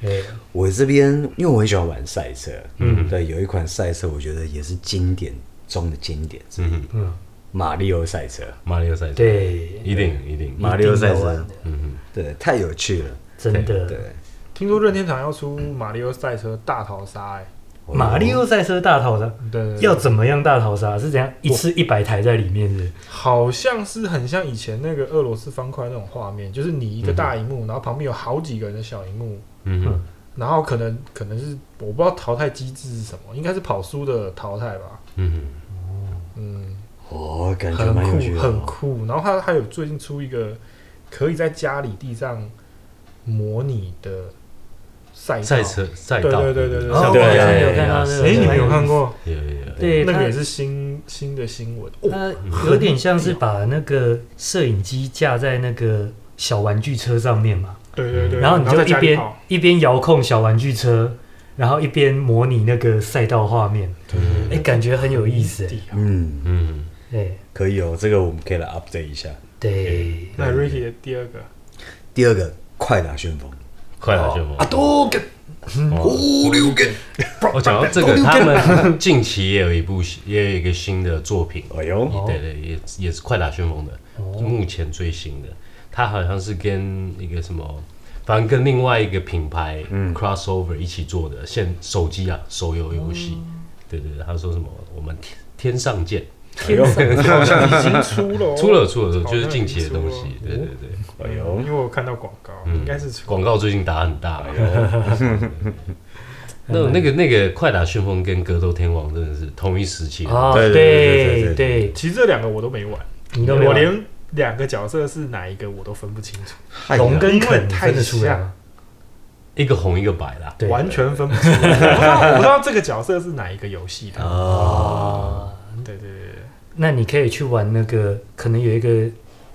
[SPEAKER 5] 对，
[SPEAKER 2] 我这边，因为我很喜欢玩赛车，嗯，对，有一款赛车我觉得也是经典中的经典，
[SPEAKER 4] 嗯，
[SPEAKER 2] 马里奥赛车，
[SPEAKER 4] 马里奥赛车，
[SPEAKER 5] 对，
[SPEAKER 4] 一定一定，
[SPEAKER 2] 马里奥赛
[SPEAKER 5] 一定
[SPEAKER 2] 车
[SPEAKER 5] 要玩的，
[SPEAKER 2] 嗯，对，太有趣了，
[SPEAKER 5] 真
[SPEAKER 2] 对
[SPEAKER 5] 的。，
[SPEAKER 3] 听说任天堂要出马里奥赛车大逃杀、哎，
[SPEAKER 5] 马里奥赛车大逃杀，
[SPEAKER 3] 对对对
[SPEAKER 5] 要怎么样大逃杀？是怎样一次一百台在里面的？
[SPEAKER 3] 好像是很像以前那个俄罗斯方块那种画面，就是你一个大荧幕，然后旁边有好几个人的小荧幕，
[SPEAKER 4] 嗯哼，
[SPEAKER 3] 然后可能可能是我不知道淘汰机制是什么，应该是跑输的淘汰吧。
[SPEAKER 4] 嗯
[SPEAKER 3] 嗯，
[SPEAKER 2] 哦，感觉
[SPEAKER 3] 很
[SPEAKER 2] 蛮有趣的，
[SPEAKER 3] 酷，很，酷。然后它还有最近出一个可以在家里地上模拟的赛
[SPEAKER 4] 哼，
[SPEAKER 3] 道
[SPEAKER 4] 赛，车赛
[SPEAKER 3] 对
[SPEAKER 4] 道，
[SPEAKER 3] 对对对对
[SPEAKER 5] 哦
[SPEAKER 4] 像
[SPEAKER 2] 对
[SPEAKER 4] 国外
[SPEAKER 2] 对
[SPEAKER 4] 一
[SPEAKER 2] 有
[SPEAKER 4] 样
[SPEAKER 5] 看到那个
[SPEAKER 3] 哎，你们有看过？
[SPEAKER 4] 有有有，
[SPEAKER 5] 对，
[SPEAKER 3] 那
[SPEAKER 5] 它
[SPEAKER 3] 个也是新新的新闻哦，
[SPEAKER 5] 它有点像是把那个摄影机架在那个小玩具车上面嘛，
[SPEAKER 3] 对对对，
[SPEAKER 5] 然后你就
[SPEAKER 3] 在
[SPEAKER 5] 一
[SPEAKER 3] 家里
[SPEAKER 5] 边
[SPEAKER 3] 跑
[SPEAKER 5] 一边遥控小玩具车，然后一边模拟那个赛道画面，哎，感觉很有意思，
[SPEAKER 3] 地啊
[SPEAKER 2] 嗯，
[SPEAKER 4] 嗯，
[SPEAKER 5] 哎，
[SPEAKER 2] 可以哦，这个我们可以来 update 一下。
[SPEAKER 5] 对，
[SPEAKER 3] 那 Ricky 的第二个，
[SPEAKER 2] 第二个，快打旋风，哦
[SPEAKER 4] 快打旋风
[SPEAKER 2] 啊，多个五六个，
[SPEAKER 4] 我讲到这个，他们近期也有一部，也有一个新的作品，
[SPEAKER 2] 哎呦，
[SPEAKER 4] 对对，也也是快打旋风的，
[SPEAKER 3] 哦
[SPEAKER 4] 目前最新的，它好像是跟一个什么，反正跟另外一个品牌 crossover 一起做的，现手机啊手游游戏，
[SPEAKER 3] 哦
[SPEAKER 4] 对对对，他说什么我们天天上见，
[SPEAKER 2] 哎呦，
[SPEAKER 3] 好像已经出了哦，
[SPEAKER 4] 出了出了，
[SPEAKER 3] 好
[SPEAKER 4] 就是
[SPEAKER 3] 像
[SPEAKER 4] 近
[SPEAKER 3] 已
[SPEAKER 4] 期的
[SPEAKER 3] 经出
[SPEAKER 4] 东
[SPEAKER 3] 了
[SPEAKER 4] 西，对对对。
[SPEAKER 2] 哎
[SPEAKER 3] 因
[SPEAKER 2] 呦，
[SPEAKER 3] 为我有看到广告，应该是出
[SPEAKER 4] 广告最近打很大。 [laughs] 那那个那个快打旋风跟格斗天王真的是同一时期的，
[SPEAKER 5] 啊，
[SPEAKER 2] 对对对对
[SPEAKER 5] 对对，
[SPEAKER 3] 其实这两个我都没玩，
[SPEAKER 5] 你都没
[SPEAKER 3] 我
[SPEAKER 5] 有
[SPEAKER 3] 连两个角色是哪一个我都分不清楚，
[SPEAKER 5] 龙跟
[SPEAKER 3] 因为
[SPEAKER 5] 肯
[SPEAKER 3] 太
[SPEAKER 5] 分得出来
[SPEAKER 3] 像
[SPEAKER 5] 吗，
[SPEAKER 4] 一个红一个白啦。
[SPEAKER 5] 对
[SPEAKER 3] 完全分不出来。我不知道我不知道这个角色是哪一个游戏的。
[SPEAKER 2] 啊，
[SPEAKER 5] 啊。
[SPEAKER 3] 对对对
[SPEAKER 5] 那你可以去玩那个，可能有一个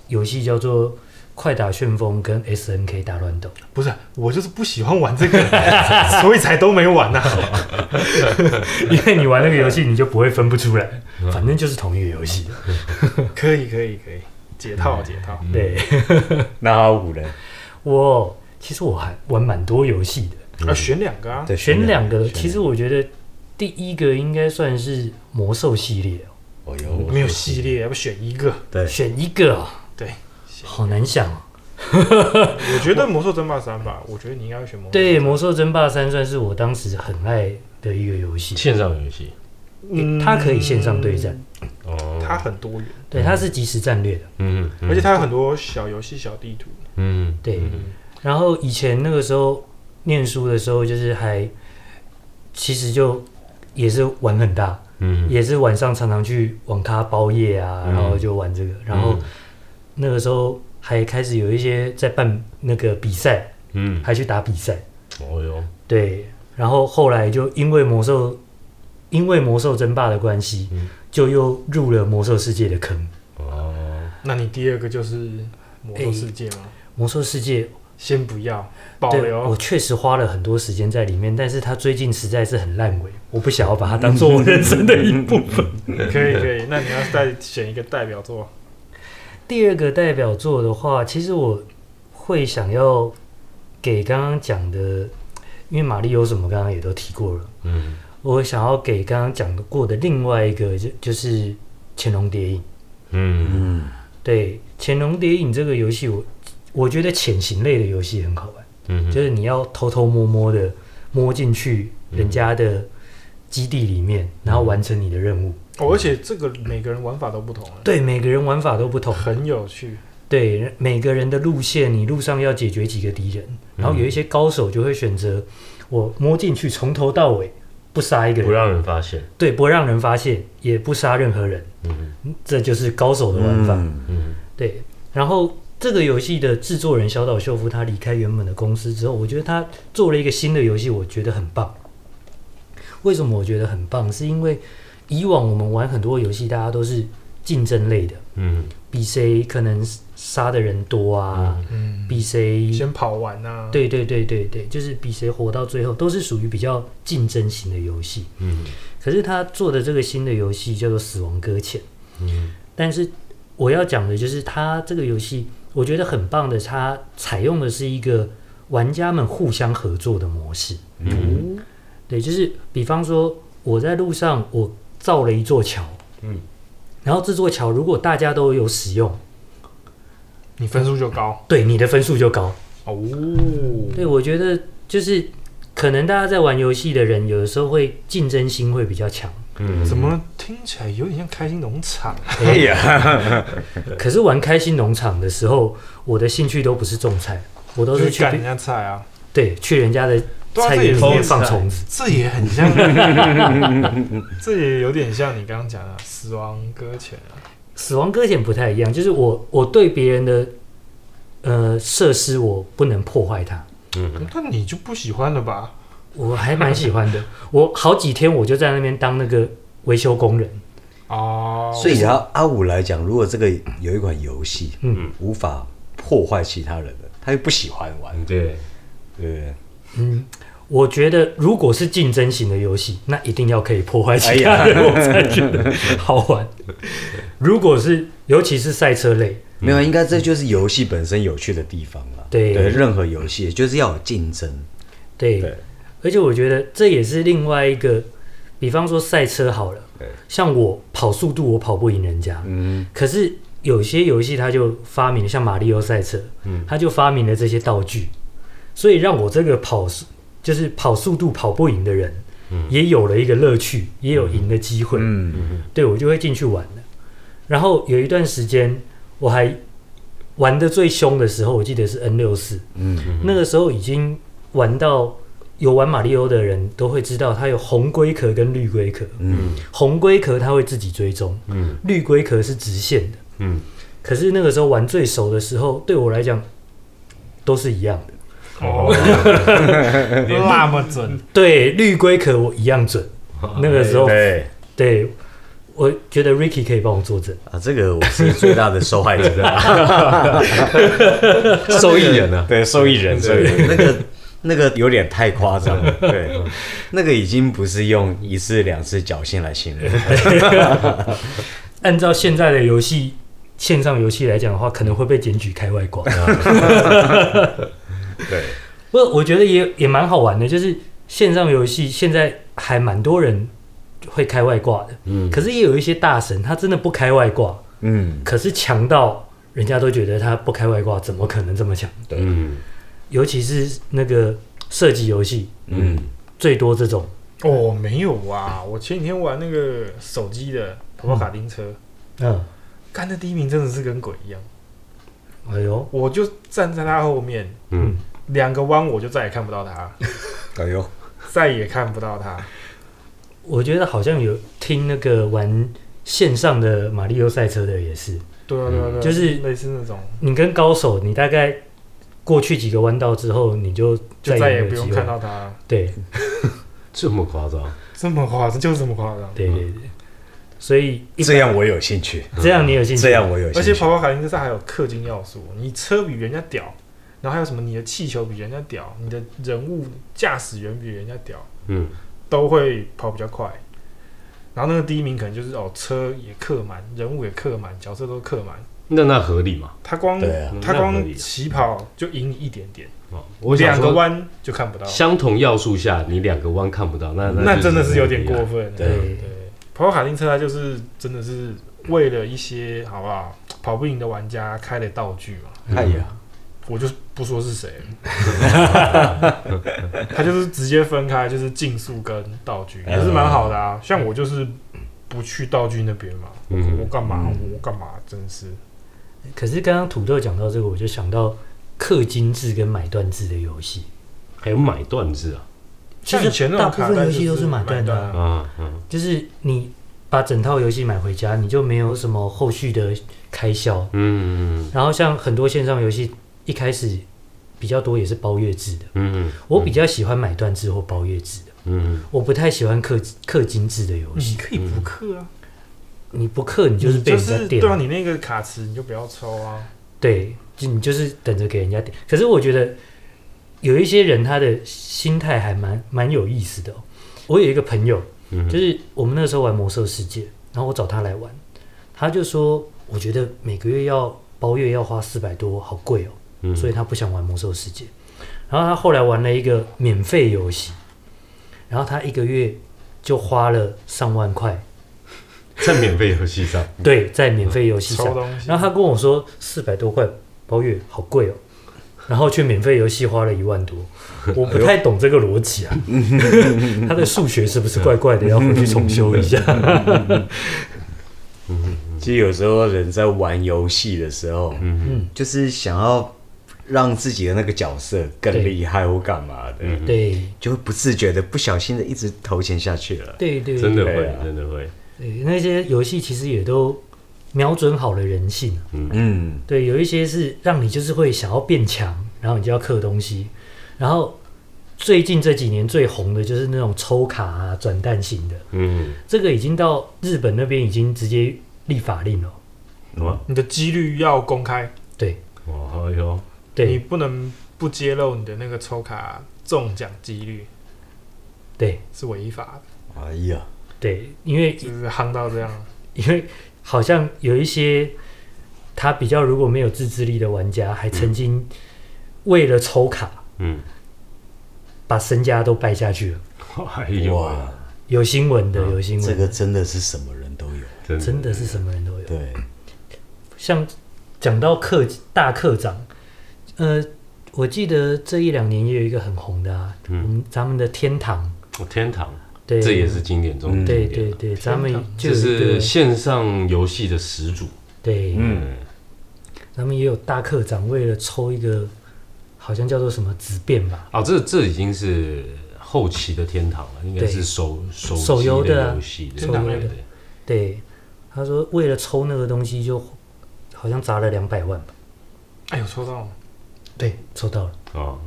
[SPEAKER 5] 游戏叫做《快打旋风》跟 S N K 大乱斗，
[SPEAKER 3] 对，不是我就是不喜欢玩这
[SPEAKER 5] [laughs]
[SPEAKER 3] 个，所以才都没玩啊呐。
[SPEAKER 5] [laughs] 因为你玩那个游戏，你就不会分不出来，反正就是同一个游戏。
[SPEAKER 3] 可以可以可以，解
[SPEAKER 5] 嗯
[SPEAKER 3] 套解套。
[SPEAKER 5] 对， [laughs]
[SPEAKER 2] 那他五人，
[SPEAKER 5] 我其实我还玩蛮多游戏的，
[SPEAKER 3] 啊，选两个啊，
[SPEAKER 2] 对，
[SPEAKER 5] 选两个，
[SPEAKER 2] 选
[SPEAKER 5] 其实我觉得第一个应该算是魔兽系列哦，
[SPEAKER 2] 哎呦，
[SPEAKER 3] 没有系列，要不选一个？
[SPEAKER 2] 对，
[SPEAKER 5] 选一个哦，
[SPEAKER 3] 对，
[SPEAKER 5] 好难想哦。
[SPEAKER 3] 我觉得《魔兽争霸三》吧，我觉得你应该会选魔。
[SPEAKER 5] 对，《魔兽争霸三》算是我当时很爱的一个游戏，
[SPEAKER 4] 线上游戏
[SPEAKER 3] 嗯
[SPEAKER 5] 它可以线上对战，
[SPEAKER 4] 哦，
[SPEAKER 3] 它嗯很多元，
[SPEAKER 5] 对，它是即时战略的。
[SPEAKER 4] 嗯
[SPEAKER 3] 而且它有很多小游戏、小地图。
[SPEAKER 4] 嗯
[SPEAKER 5] 对，然后以前那个时候念书的时候，就是还其实就也是玩很大，
[SPEAKER 4] 嗯，
[SPEAKER 5] 也是晚上常常去网咖包夜啊，
[SPEAKER 4] 嗯
[SPEAKER 5] 然后就玩这个，然后
[SPEAKER 4] 嗯
[SPEAKER 5] 那个时候还开始有一些在办那个比赛，
[SPEAKER 4] 嗯，
[SPEAKER 5] 还去打比赛，
[SPEAKER 4] 哦哟，
[SPEAKER 5] 对，然后后来就因为魔兽，因为魔兽争霸的关系，
[SPEAKER 4] 嗯
[SPEAKER 5] 就又入了魔兽世界的坑。
[SPEAKER 4] 哦，
[SPEAKER 3] 那你第二个就是魔兽世界吗？
[SPEAKER 5] 魔兽世界，
[SPEAKER 3] 先不要，保
[SPEAKER 5] 哎对我
[SPEAKER 3] 留。
[SPEAKER 5] 确实花了很多时间在里面，但是它最近实在是很烂尾，我不想要把它
[SPEAKER 4] [laughs]
[SPEAKER 5] 当做我人生的一部分。
[SPEAKER 3] [laughs] 可以可以，那你要再选一个代表作，
[SPEAKER 5] 第二个代表作的话，其实我会想要给刚刚讲的，因为马里有什么刚刚也都提过了，
[SPEAKER 4] 嗯
[SPEAKER 5] 我想要给刚刚讲过的另外一个就就是《潜龙谍影》。
[SPEAKER 4] 嗯
[SPEAKER 2] 嗯，
[SPEAKER 5] 对《潜龙谍影》这个游戏，我我觉得潜行类的游戏很好玩，
[SPEAKER 4] 嗯，
[SPEAKER 5] 就是你要偷偷摸摸的摸进去人家的基地里面，然后完成你的任务。
[SPEAKER 3] 哦，而且这个每个人玩法都不同，
[SPEAKER 5] 对，每个人玩法都
[SPEAKER 3] [laughs]
[SPEAKER 5] 不同，
[SPEAKER 3] 很有趣。
[SPEAKER 5] 对每个人的路线，你路上要解决几个敌人，
[SPEAKER 4] 嗯
[SPEAKER 5] 然后有一些高手就会选择我摸进去，从头到尾不杀一个
[SPEAKER 4] 不
[SPEAKER 5] 人，
[SPEAKER 4] 让人发现，
[SPEAKER 5] 对，不让人发现，也不杀任何人，
[SPEAKER 4] 嗯
[SPEAKER 5] 这就是高手的玩法。
[SPEAKER 2] 嗯
[SPEAKER 4] 嗯
[SPEAKER 5] 对，然后这个游戏的制作人小岛秀夫他离开原本的公司之后，我觉得他做了一个新的游戏，我觉得很棒。为什么我觉得很棒？是因为以往我们玩很多游戏，大家都是竞争类的，
[SPEAKER 4] 嗯
[SPEAKER 5] 比谁可能杀的人多啊，
[SPEAKER 3] 嗯，
[SPEAKER 5] 比谁
[SPEAKER 3] 先跑完啊。，
[SPEAKER 5] 对对对对对，就是比谁活到最后，都是属于比较竞争型的游戏。
[SPEAKER 4] 嗯
[SPEAKER 5] 可是他做的这个新的游戏叫做《死亡搁浅》，
[SPEAKER 4] 嗯
[SPEAKER 5] 但是我要讲的就是，它这个游戏我觉得很棒的，它采用的是一个玩家们互相合作的模式。
[SPEAKER 4] 嗯
[SPEAKER 5] 对，就是比方说我在路上我造了一座桥，
[SPEAKER 4] 嗯，
[SPEAKER 5] 然后这座桥如果大家都有使用，
[SPEAKER 3] 你分数就高
[SPEAKER 5] 对你的分数就高。
[SPEAKER 3] 哦。
[SPEAKER 5] 对，我觉得就是可能大家在玩游戏的人，有的时候会竞争心会比较强，
[SPEAKER 4] 嗯，
[SPEAKER 3] 怎么听起来有点像开心农场？
[SPEAKER 2] [laughs]
[SPEAKER 3] 啊
[SPEAKER 2] 哎呀，
[SPEAKER 5] 可是玩开心农场的时候，我的兴趣都不是种菜，我都
[SPEAKER 3] 就
[SPEAKER 5] 是
[SPEAKER 3] 是
[SPEAKER 5] 去
[SPEAKER 3] 赶人家菜啊，
[SPEAKER 5] 对去人家的
[SPEAKER 3] 对啊
[SPEAKER 5] 菜
[SPEAKER 3] 这
[SPEAKER 5] 园
[SPEAKER 3] 也
[SPEAKER 5] 里
[SPEAKER 3] 是
[SPEAKER 5] 面
[SPEAKER 3] 菜
[SPEAKER 5] 放虫子。
[SPEAKER 3] 这也很 [laughs] 像，这也有点像你刚刚讲的《死亡搁浅》啊。
[SPEAKER 5] 死亡搁浅不太一样，就是我我对别人的呃设施我不能破坏它，
[SPEAKER 4] 嗯
[SPEAKER 3] 那你就不喜欢了吧？
[SPEAKER 5] 我还蛮喜欢的。我好几天我就在那边当那个维修工人，
[SPEAKER 3] 哦，
[SPEAKER 2] 所以要啊阿五来讲，如果这个有一款游戏
[SPEAKER 5] 嗯
[SPEAKER 2] 无法破坏其他人的，他又不喜欢玩，
[SPEAKER 4] 对，
[SPEAKER 2] 对不对？
[SPEAKER 5] 嗯。我觉得，如果是竞争型的游戏，那一定要可以破坏
[SPEAKER 2] 哎
[SPEAKER 5] 其
[SPEAKER 2] 呀
[SPEAKER 5] 他人，我才觉得好玩。如果是，尤其是赛车类，
[SPEAKER 2] 没有，应该这就是游戏本身有趣的地方了。
[SPEAKER 5] 对
[SPEAKER 2] 任何游戏就是要有竞争。
[SPEAKER 5] 对，
[SPEAKER 2] 对
[SPEAKER 5] 而且我觉得这也是另外一个，比方说赛车好了
[SPEAKER 2] 对，
[SPEAKER 5] 像我跑速度我跑不赢人家，
[SPEAKER 2] 嗯，
[SPEAKER 5] 可是有些游戏它就发明了，像马里奥赛车，
[SPEAKER 4] 嗯
[SPEAKER 5] 它就发明了这些道具，所以让我这个跑速就是跑速度跑不赢的人，也有了一个乐趣，也有赢的机会，
[SPEAKER 2] 嗯，
[SPEAKER 5] 对我就会进去玩了。然后有一段时间我还玩的最凶的时候，我记得是 N 六四，
[SPEAKER 2] 嗯，
[SPEAKER 5] 那个时候已经玩到有玩马里欧的人都会知道，它有红龟壳跟绿龟壳，
[SPEAKER 2] 嗯，
[SPEAKER 5] 红龟壳它会自己追踪，
[SPEAKER 4] 嗯
[SPEAKER 5] 绿龟壳是直线的。
[SPEAKER 4] 嗯
[SPEAKER 5] 可是那个时候玩最熟的时候，对我来讲都是一样的。
[SPEAKER 3] 哦，那么准，
[SPEAKER 5] 对，绿龟壳我一样准。那个时候，
[SPEAKER 2] 哦哎对
[SPEAKER 5] 对，我觉得 Ricky 可以帮我作证。
[SPEAKER 2] 啊，这个我是最大的受害 [laughs] 者，受益人啊，对，受益人，受益人，那个。那个有点太夸张了，对，那个已经不是用一次两次侥幸来形容，
[SPEAKER 5] 按照现在的游戏线上游戏来讲的话，可能会被检举开外挂。 [laughs]
[SPEAKER 2] 对，
[SPEAKER 5] 不，我觉得也也蛮好玩的，就是线上游戏现在还蛮多人会开外挂的，
[SPEAKER 4] 嗯
[SPEAKER 5] 可是也有一些大神他真的不开外挂，
[SPEAKER 2] 嗯，
[SPEAKER 5] 可是强到人家都觉得他不开外挂，怎么可能这么强？
[SPEAKER 4] 嗯
[SPEAKER 5] 尤其是那个射击游戏
[SPEAKER 4] 嗯
[SPEAKER 5] 最多这种，
[SPEAKER 3] [laughs] 哦，没有啊，我前几天玩那个手机的跑跑卡丁车，
[SPEAKER 5] 嗯，
[SPEAKER 3] 干的第一名真的是跟鬼一样，
[SPEAKER 5] 哎呦，
[SPEAKER 3] 我就站在他后面
[SPEAKER 4] 嗯
[SPEAKER 3] 两个弯，我就再也看不到他，
[SPEAKER 2] 哎呦，
[SPEAKER 3] 再也看不到他。
[SPEAKER 5] 我觉得好像有听那个玩线上的马里奥赛车的也是，
[SPEAKER 3] 对啊对啊对啊，
[SPEAKER 5] 就是
[SPEAKER 3] 类似那种，
[SPEAKER 5] 你跟高手，你大概过去几个弯道之后，你就
[SPEAKER 3] 就
[SPEAKER 5] 再
[SPEAKER 3] 再也
[SPEAKER 5] 没
[SPEAKER 3] 不
[SPEAKER 5] 有机
[SPEAKER 3] 用
[SPEAKER 5] 会
[SPEAKER 3] 看到他了，
[SPEAKER 5] 对
[SPEAKER 4] 这么夸张？
[SPEAKER 3] 这么夸张，就是这么夸张。
[SPEAKER 5] 对对对，所以一
[SPEAKER 2] 这样我有兴趣，
[SPEAKER 5] 这样你有兴趣？
[SPEAKER 2] 这样我有兴
[SPEAKER 3] 而
[SPEAKER 2] 趣。
[SPEAKER 3] 且跑跑卡丁车上还有氪金要素，你车比人家屌，然后还有什么你的气球比人家屌，你的人物驾驶员比人家屌，
[SPEAKER 4] 嗯，
[SPEAKER 3] 都会跑比较快。然后那个第一名可能就是哦，车也刻满，人物也刻满，角色都刻满。
[SPEAKER 4] 那那合理嘛？
[SPEAKER 3] 他光、
[SPEAKER 2] 对啊
[SPEAKER 3] 他
[SPEAKER 4] 那
[SPEAKER 3] 光
[SPEAKER 4] 合理啊
[SPEAKER 3] 起跑就赢你一点点，
[SPEAKER 4] 哦，我想
[SPEAKER 3] 两个
[SPEAKER 4] 说，
[SPEAKER 3] 弯就看不到，
[SPEAKER 4] 相同要素下你两个弯看不到，那
[SPEAKER 3] 嗯那
[SPEAKER 4] 就
[SPEAKER 3] 真的是有点过分了。
[SPEAKER 2] 对
[SPEAKER 3] 对，跑跑卡丁车它就是真的是为了一些好不好跑不赢的玩家开的道具嘛，
[SPEAKER 2] 哎呀，
[SPEAKER 3] 我就不说是谁了， [laughs] 他就是直接分开，就是竞速跟道具，也是蛮好的啊。像我就是不去道具那边嘛，我
[SPEAKER 4] 嗯
[SPEAKER 3] 我干嘛
[SPEAKER 2] 嗯
[SPEAKER 3] 我干嘛，真是
[SPEAKER 5] 可是刚刚土豆讲到这个，我就想到氪金制跟买断制的游戏，
[SPEAKER 4] 还有买断制啊，
[SPEAKER 5] 就
[SPEAKER 3] 像以前
[SPEAKER 5] 是
[SPEAKER 3] 那
[SPEAKER 5] 大
[SPEAKER 3] 种
[SPEAKER 5] 部
[SPEAKER 3] 卡
[SPEAKER 5] 分
[SPEAKER 3] 带
[SPEAKER 5] 游
[SPEAKER 3] 就
[SPEAKER 5] 戏都
[SPEAKER 3] 是
[SPEAKER 5] 买断的啊、
[SPEAKER 3] 啊，
[SPEAKER 4] 啊嗯，
[SPEAKER 5] 就是你把整套游戏买回家，你就没有什么后续的开销。
[SPEAKER 4] 嗯
[SPEAKER 5] 然后像很多线上游戏一开始比较多也是包月制的，
[SPEAKER 4] 嗯
[SPEAKER 5] 我比较喜欢买断制或包月制的，
[SPEAKER 4] 嗯
[SPEAKER 5] 我不太喜欢氪氪金制的游戏
[SPEAKER 3] 你。可以不氪啊，
[SPEAKER 5] 你不氪，你就是被
[SPEAKER 3] 就
[SPEAKER 5] 人家
[SPEAKER 3] 是
[SPEAKER 5] 点，
[SPEAKER 3] 对啊，你那个卡池你就不要抽啊，
[SPEAKER 5] 对，就你就是等着给人家点。可是我觉得有一些人他的心态还蛮蛮有意思的、哦。我有一个朋友，
[SPEAKER 4] 嗯，
[SPEAKER 5] 就是我们那时候玩魔兽世界，然后我找他来玩，他就说我觉得每个月要包月要花四百多，好贵哦，
[SPEAKER 4] 嗯
[SPEAKER 5] 所以他不想玩魔兽世界。然后他后来玩了一个免费游戏，然后他一个月就花了上万块，
[SPEAKER 4] 在免费游戏上，
[SPEAKER 5] 对，在免费游戏
[SPEAKER 3] 抽
[SPEAKER 5] 上。
[SPEAKER 3] 东西
[SPEAKER 5] 然。后他跟我说四百多块包月好贵哦，然后去免费游戏花了一万多，我不太懂这个逻辑啊，他的数学是不是怪怪的？要回去重修一下。
[SPEAKER 2] 其实有时候人在玩游戏的时候，
[SPEAKER 5] 嗯
[SPEAKER 2] 就是想要让自己的那个角色更
[SPEAKER 5] 对
[SPEAKER 2] 厉害或干嘛的，
[SPEAKER 5] 对
[SPEAKER 2] 就会不自觉的不小心的一直投钱下去了。
[SPEAKER 5] 对对，
[SPEAKER 4] 真的会
[SPEAKER 2] 对啊，
[SPEAKER 4] 真的会，
[SPEAKER 5] 对那些游戏其实也都瞄准好了人性啊、
[SPEAKER 2] 嗯，
[SPEAKER 5] 对，有一些是让你就是会想要变强，然后你就要刻东西。然后最近这几年最红的就是那种抽卡啊、转蛋型的，
[SPEAKER 4] 嗯，
[SPEAKER 5] 这个已经到日本那边已经直接立法令了。
[SPEAKER 4] 哇
[SPEAKER 3] 你的几率要公开，
[SPEAKER 5] 对
[SPEAKER 4] 哇，哎呦，
[SPEAKER 3] 你
[SPEAKER 5] 对
[SPEAKER 3] 不能不揭露你的那个抽卡中奖几率
[SPEAKER 5] 对
[SPEAKER 3] 是违法
[SPEAKER 2] 哎呀，
[SPEAKER 5] 对，因为
[SPEAKER 3] 的，就是夯到这样。
[SPEAKER 5] 因为好像有一些他比较如果没有自制力的玩家，还曾经为了抽卡
[SPEAKER 4] 嗯，
[SPEAKER 5] 把身家都败下去了。
[SPEAKER 4] 哎呦，
[SPEAKER 2] 哇，
[SPEAKER 5] 有新闻
[SPEAKER 4] 嗯
[SPEAKER 5] 的，有新闻
[SPEAKER 2] 这
[SPEAKER 5] 的，
[SPEAKER 2] 个真的是什么人都有。
[SPEAKER 4] 真
[SPEAKER 5] 真的是什么人都有。
[SPEAKER 2] 对，
[SPEAKER 5] 像讲到课大课长，呃，我记得这一两年也有一个很红的啊，
[SPEAKER 4] 嗯
[SPEAKER 5] 我们咱们的天堂，
[SPEAKER 4] 天堂，
[SPEAKER 5] 对，
[SPEAKER 4] 这也是经典中的
[SPEAKER 5] 对
[SPEAKER 4] 经典
[SPEAKER 5] 对
[SPEAKER 4] 啊，
[SPEAKER 5] 对，咱们
[SPEAKER 4] 这
[SPEAKER 5] 就有一
[SPEAKER 4] 是
[SPEAKER 5] 个
[SPEAKER 4] 线上游戏的始祖，
[SPEAKER 5] 对，
[SPEAKER 2] 嗯，
[SPEAKER 5] 咱们也有大课长为了抽一个好像叫做什么子变吧，
[SPEAKER 4] 啊，这这已经是后期的天堂了，应该
[SPEAKER 5] 对
[SPEAKER 4] 是手手
[SPEAKER 5] 手游
[SPEAKER 4] 机
[SPEAKER 5] 的啊
[SPEAKER 4] 游戏，对
[SPEAKER 3] 手游
[SPEAKER 4] 对
[SPEAKER 5] 的
[SPEAKER 4] 对对
[SPEAKER 5] 对，他说为了抽那个东西就好像砸了两百万吧，
[SPEAKER 3] 哎呦，抽到了，
[SPEAKER 5] 对，抽到了，
[SPEAKER 4] 哦，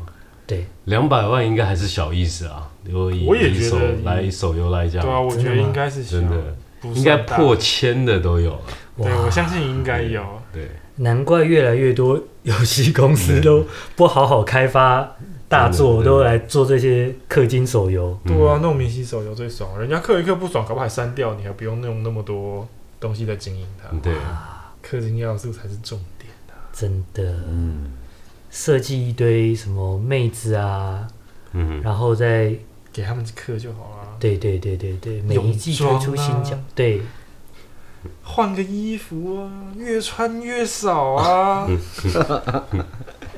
[SPEAKER 5] 对，
[SPEAKER 4] 两百万应该还是小意思啊，我以
[SPEAKER 3] 我也
[SPEAKER 4] 以
[SPEAKER 3] 觉得
[SPEAKER 4] 手
[SPEAKER 3] 以
[SPEAKER 4] 来手游来
[SPEAKER 3] 对
[SPEAKER 4] 讲，
[SPEAKER 3] 啊，我觉
[SPEAKER 5] 真
[SPEAKER 3] 得
[SPEAKER 5] 的吗
[SPEAKER 3] 应该是小
[SPEAKER 4] 真的
[SPEAKER 3] 不算
[SPEAKER 4] 应该
[SPEAKER 3] 大
[SPEAKER 4] 破千的都有了，啊
[SPEAKER 3] 对，我相信应该有。
[SPEAKER 4] 对，
[SPEAKER 5] 难怪越来越多游戏公司都不好好开发大作，
[SPEAKER 4] 真的真的
[SPEAKER 5] 都来做这些氪金手游。
[SPEAKER 4] 嗯
[SPEAKER 3] 对啊，弄明星手游最爽，啊人家氪一氪不爽，搞不好还删掉，你还不用用那么多东西来经营它。
[SPEAKER 4] 嗯对，
[SPEAKER 3] 氪金要素才是重点。
[SPEAKER 5] 真的
[SPEAKER 2] 嗯，
[SPEAKER 5] 设计一堆什么妹子啊，
[SPEAKER 4] 嗯，
[SPEAKER 5] 然后再
[SPEAKER 3] 给他们氪就好啊啦，
[SPEAKER 5] 对对对对对，每一
[SPEAKER 3] 泳
[SPEAKER 5] 季推
[SPEAKER 3] 装
[SPEAKER 5] 出新
[SPEAKER 3] 啊
[SPEAKER 5] 角，对
[SPEAKER 3] 换个衣服啊，越穿越少
[SPEAKER 4] [laughs]
[SPEAKER 3] 啊，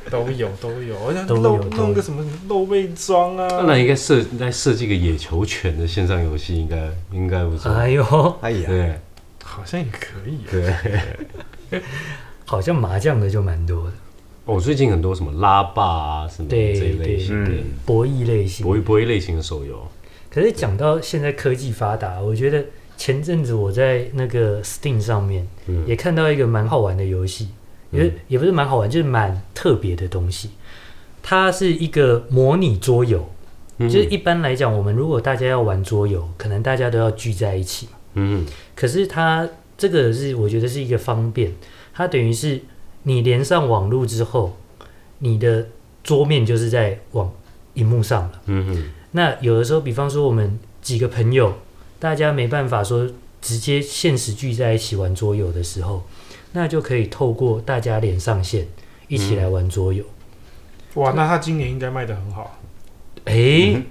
[SPEAKER 3] 都有都有，而且
[SPEAKER 5] 都有
[SPEAKER 3] 露
[SPEAKER 5] 都有
[SPEAKER 3] 弄个什么露背装
[SPEAKER 4] 当
[SPEAKER 3] 啊，
[SPEAKER 4] 然应该设来设计个野球拳的线上游戏，应该应该不错，
[SPEAKER 5] 哎呦，
[SPEAKER 2] 哎呀，
[SPEAKER 4] 对
[SPEAKER 3] 好像也可以啊。
[SPEAKER 4] 对。
[SPEAKER 5] 好像麻将的就蛮多的，
[SPEAKER 4] 哦，最近很多什么拉霸啊，什么
[SPEAKER 5] 对
[SPEAKER 4] 这一类型
[SPEAKER 2] 嗯
[SPEAKER 4] 的
[SPEAKER 5] 博弈类型
[SPEAKER 4] 博弈博弈类型的手游，
[SPEAKER 5] 可是讲到现在科技发达，我觉得前阵子我在那个 Steam 上面
[SPEAKER 4] 嗯
[SPEAKER 5] 也看到一个蛮好玩的游戏，也、也不是蛮好玩，就是蛮特别的东西。它是一个模拟桌游，
[SPEAKER 4] 嗯
[SPEAKER 5] 就是一般来讲，我们如果大家要玩桌游，可能大家都要聚在一起嘛。
[SPEAKER 4] 嗯
[SPEAKER 5] 可是它这个是我觉得是一个方便，它等于是你连上网络之后，你的桌面就是在网荧幕上了。
[SPEAKER 4] 嗯
[SPEAKER 5] 那有的时候，比方说我们几个朋友，大家没办法说直接现实聚在一起玩桌游的时候，那就可以透过大家连上线一起来玩桌游。
[SPEAKER 3] 哇，那他今年应该卖的很好。
[SPEAKER 5] 诶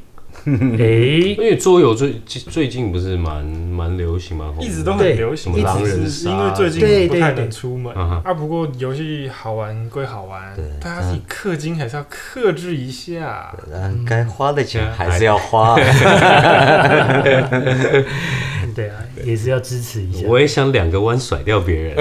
[SPEAKER 4] 嗯
[SPEAKER 5] 诶，
[SPEAKER 4] 因为桌游最最近不是蛮蛮流行蛮红的，
[SPEAKER 3] 一直都
[SPEAKER 5] 对
[SPEAKER 3] 很流行，
[SPEAKER 4] 什么狼人
[SPEAKER 3] 一直是
[SPEAKER 4] 杀
[SPEAKER 3] 因为最近
[SPEAKER 5] 对
[SPEAKER 3] 不太
[SPEAKER 5] 对对
[SPEAKER 3] 能出门
[SPEAKER 4] 嗯哼嗯
[SPEAKER 3] 啊。不过游戏好玩归好玩
[SPEAKER 2] 对，
[SPEAKER 3] 大家自己氪金还是要克制一下。
[SPEAKER 2] 但呃该花的钱还是要花。
[SPEAKER 5] 对啊，也是要支持一下，
[SPEAKER 4] 我也想两个弯甩掉别
[SPEAKER 3] [laughs]
[SPEAKER 4] 人，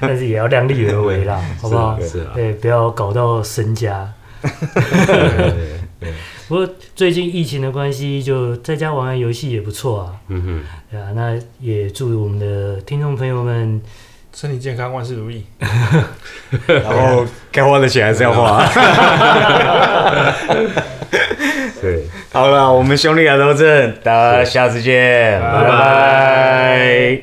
[SPEAKER 5] 但是也要量力而为啦，好不好？
[SPEAKER 4] [laughs] 是啊，
[SPEAKER 5] 对，不要搞到身家。
[SPEAKER 4] 对
[SPEAKER 5] 不过最近疫情的关系，就在家玩玩游戏也不错啊。
[SPEAKER 4] 嗯
[SPEAKER 5] 对啊，那也祝我们的听众朋友们
[SPEAKER 3] 身体健康，万事如意。
[SPEAKER 2] [laughs] 然后该花的钱还是要花。
[SPEAKER 4] 哼，对。
[SPEAKER 2] [laughs] 好了，我们兄弟俩都正，大家下次见，拜
[SPEAKER 4] 拜
[SPEAKER 2] 拜。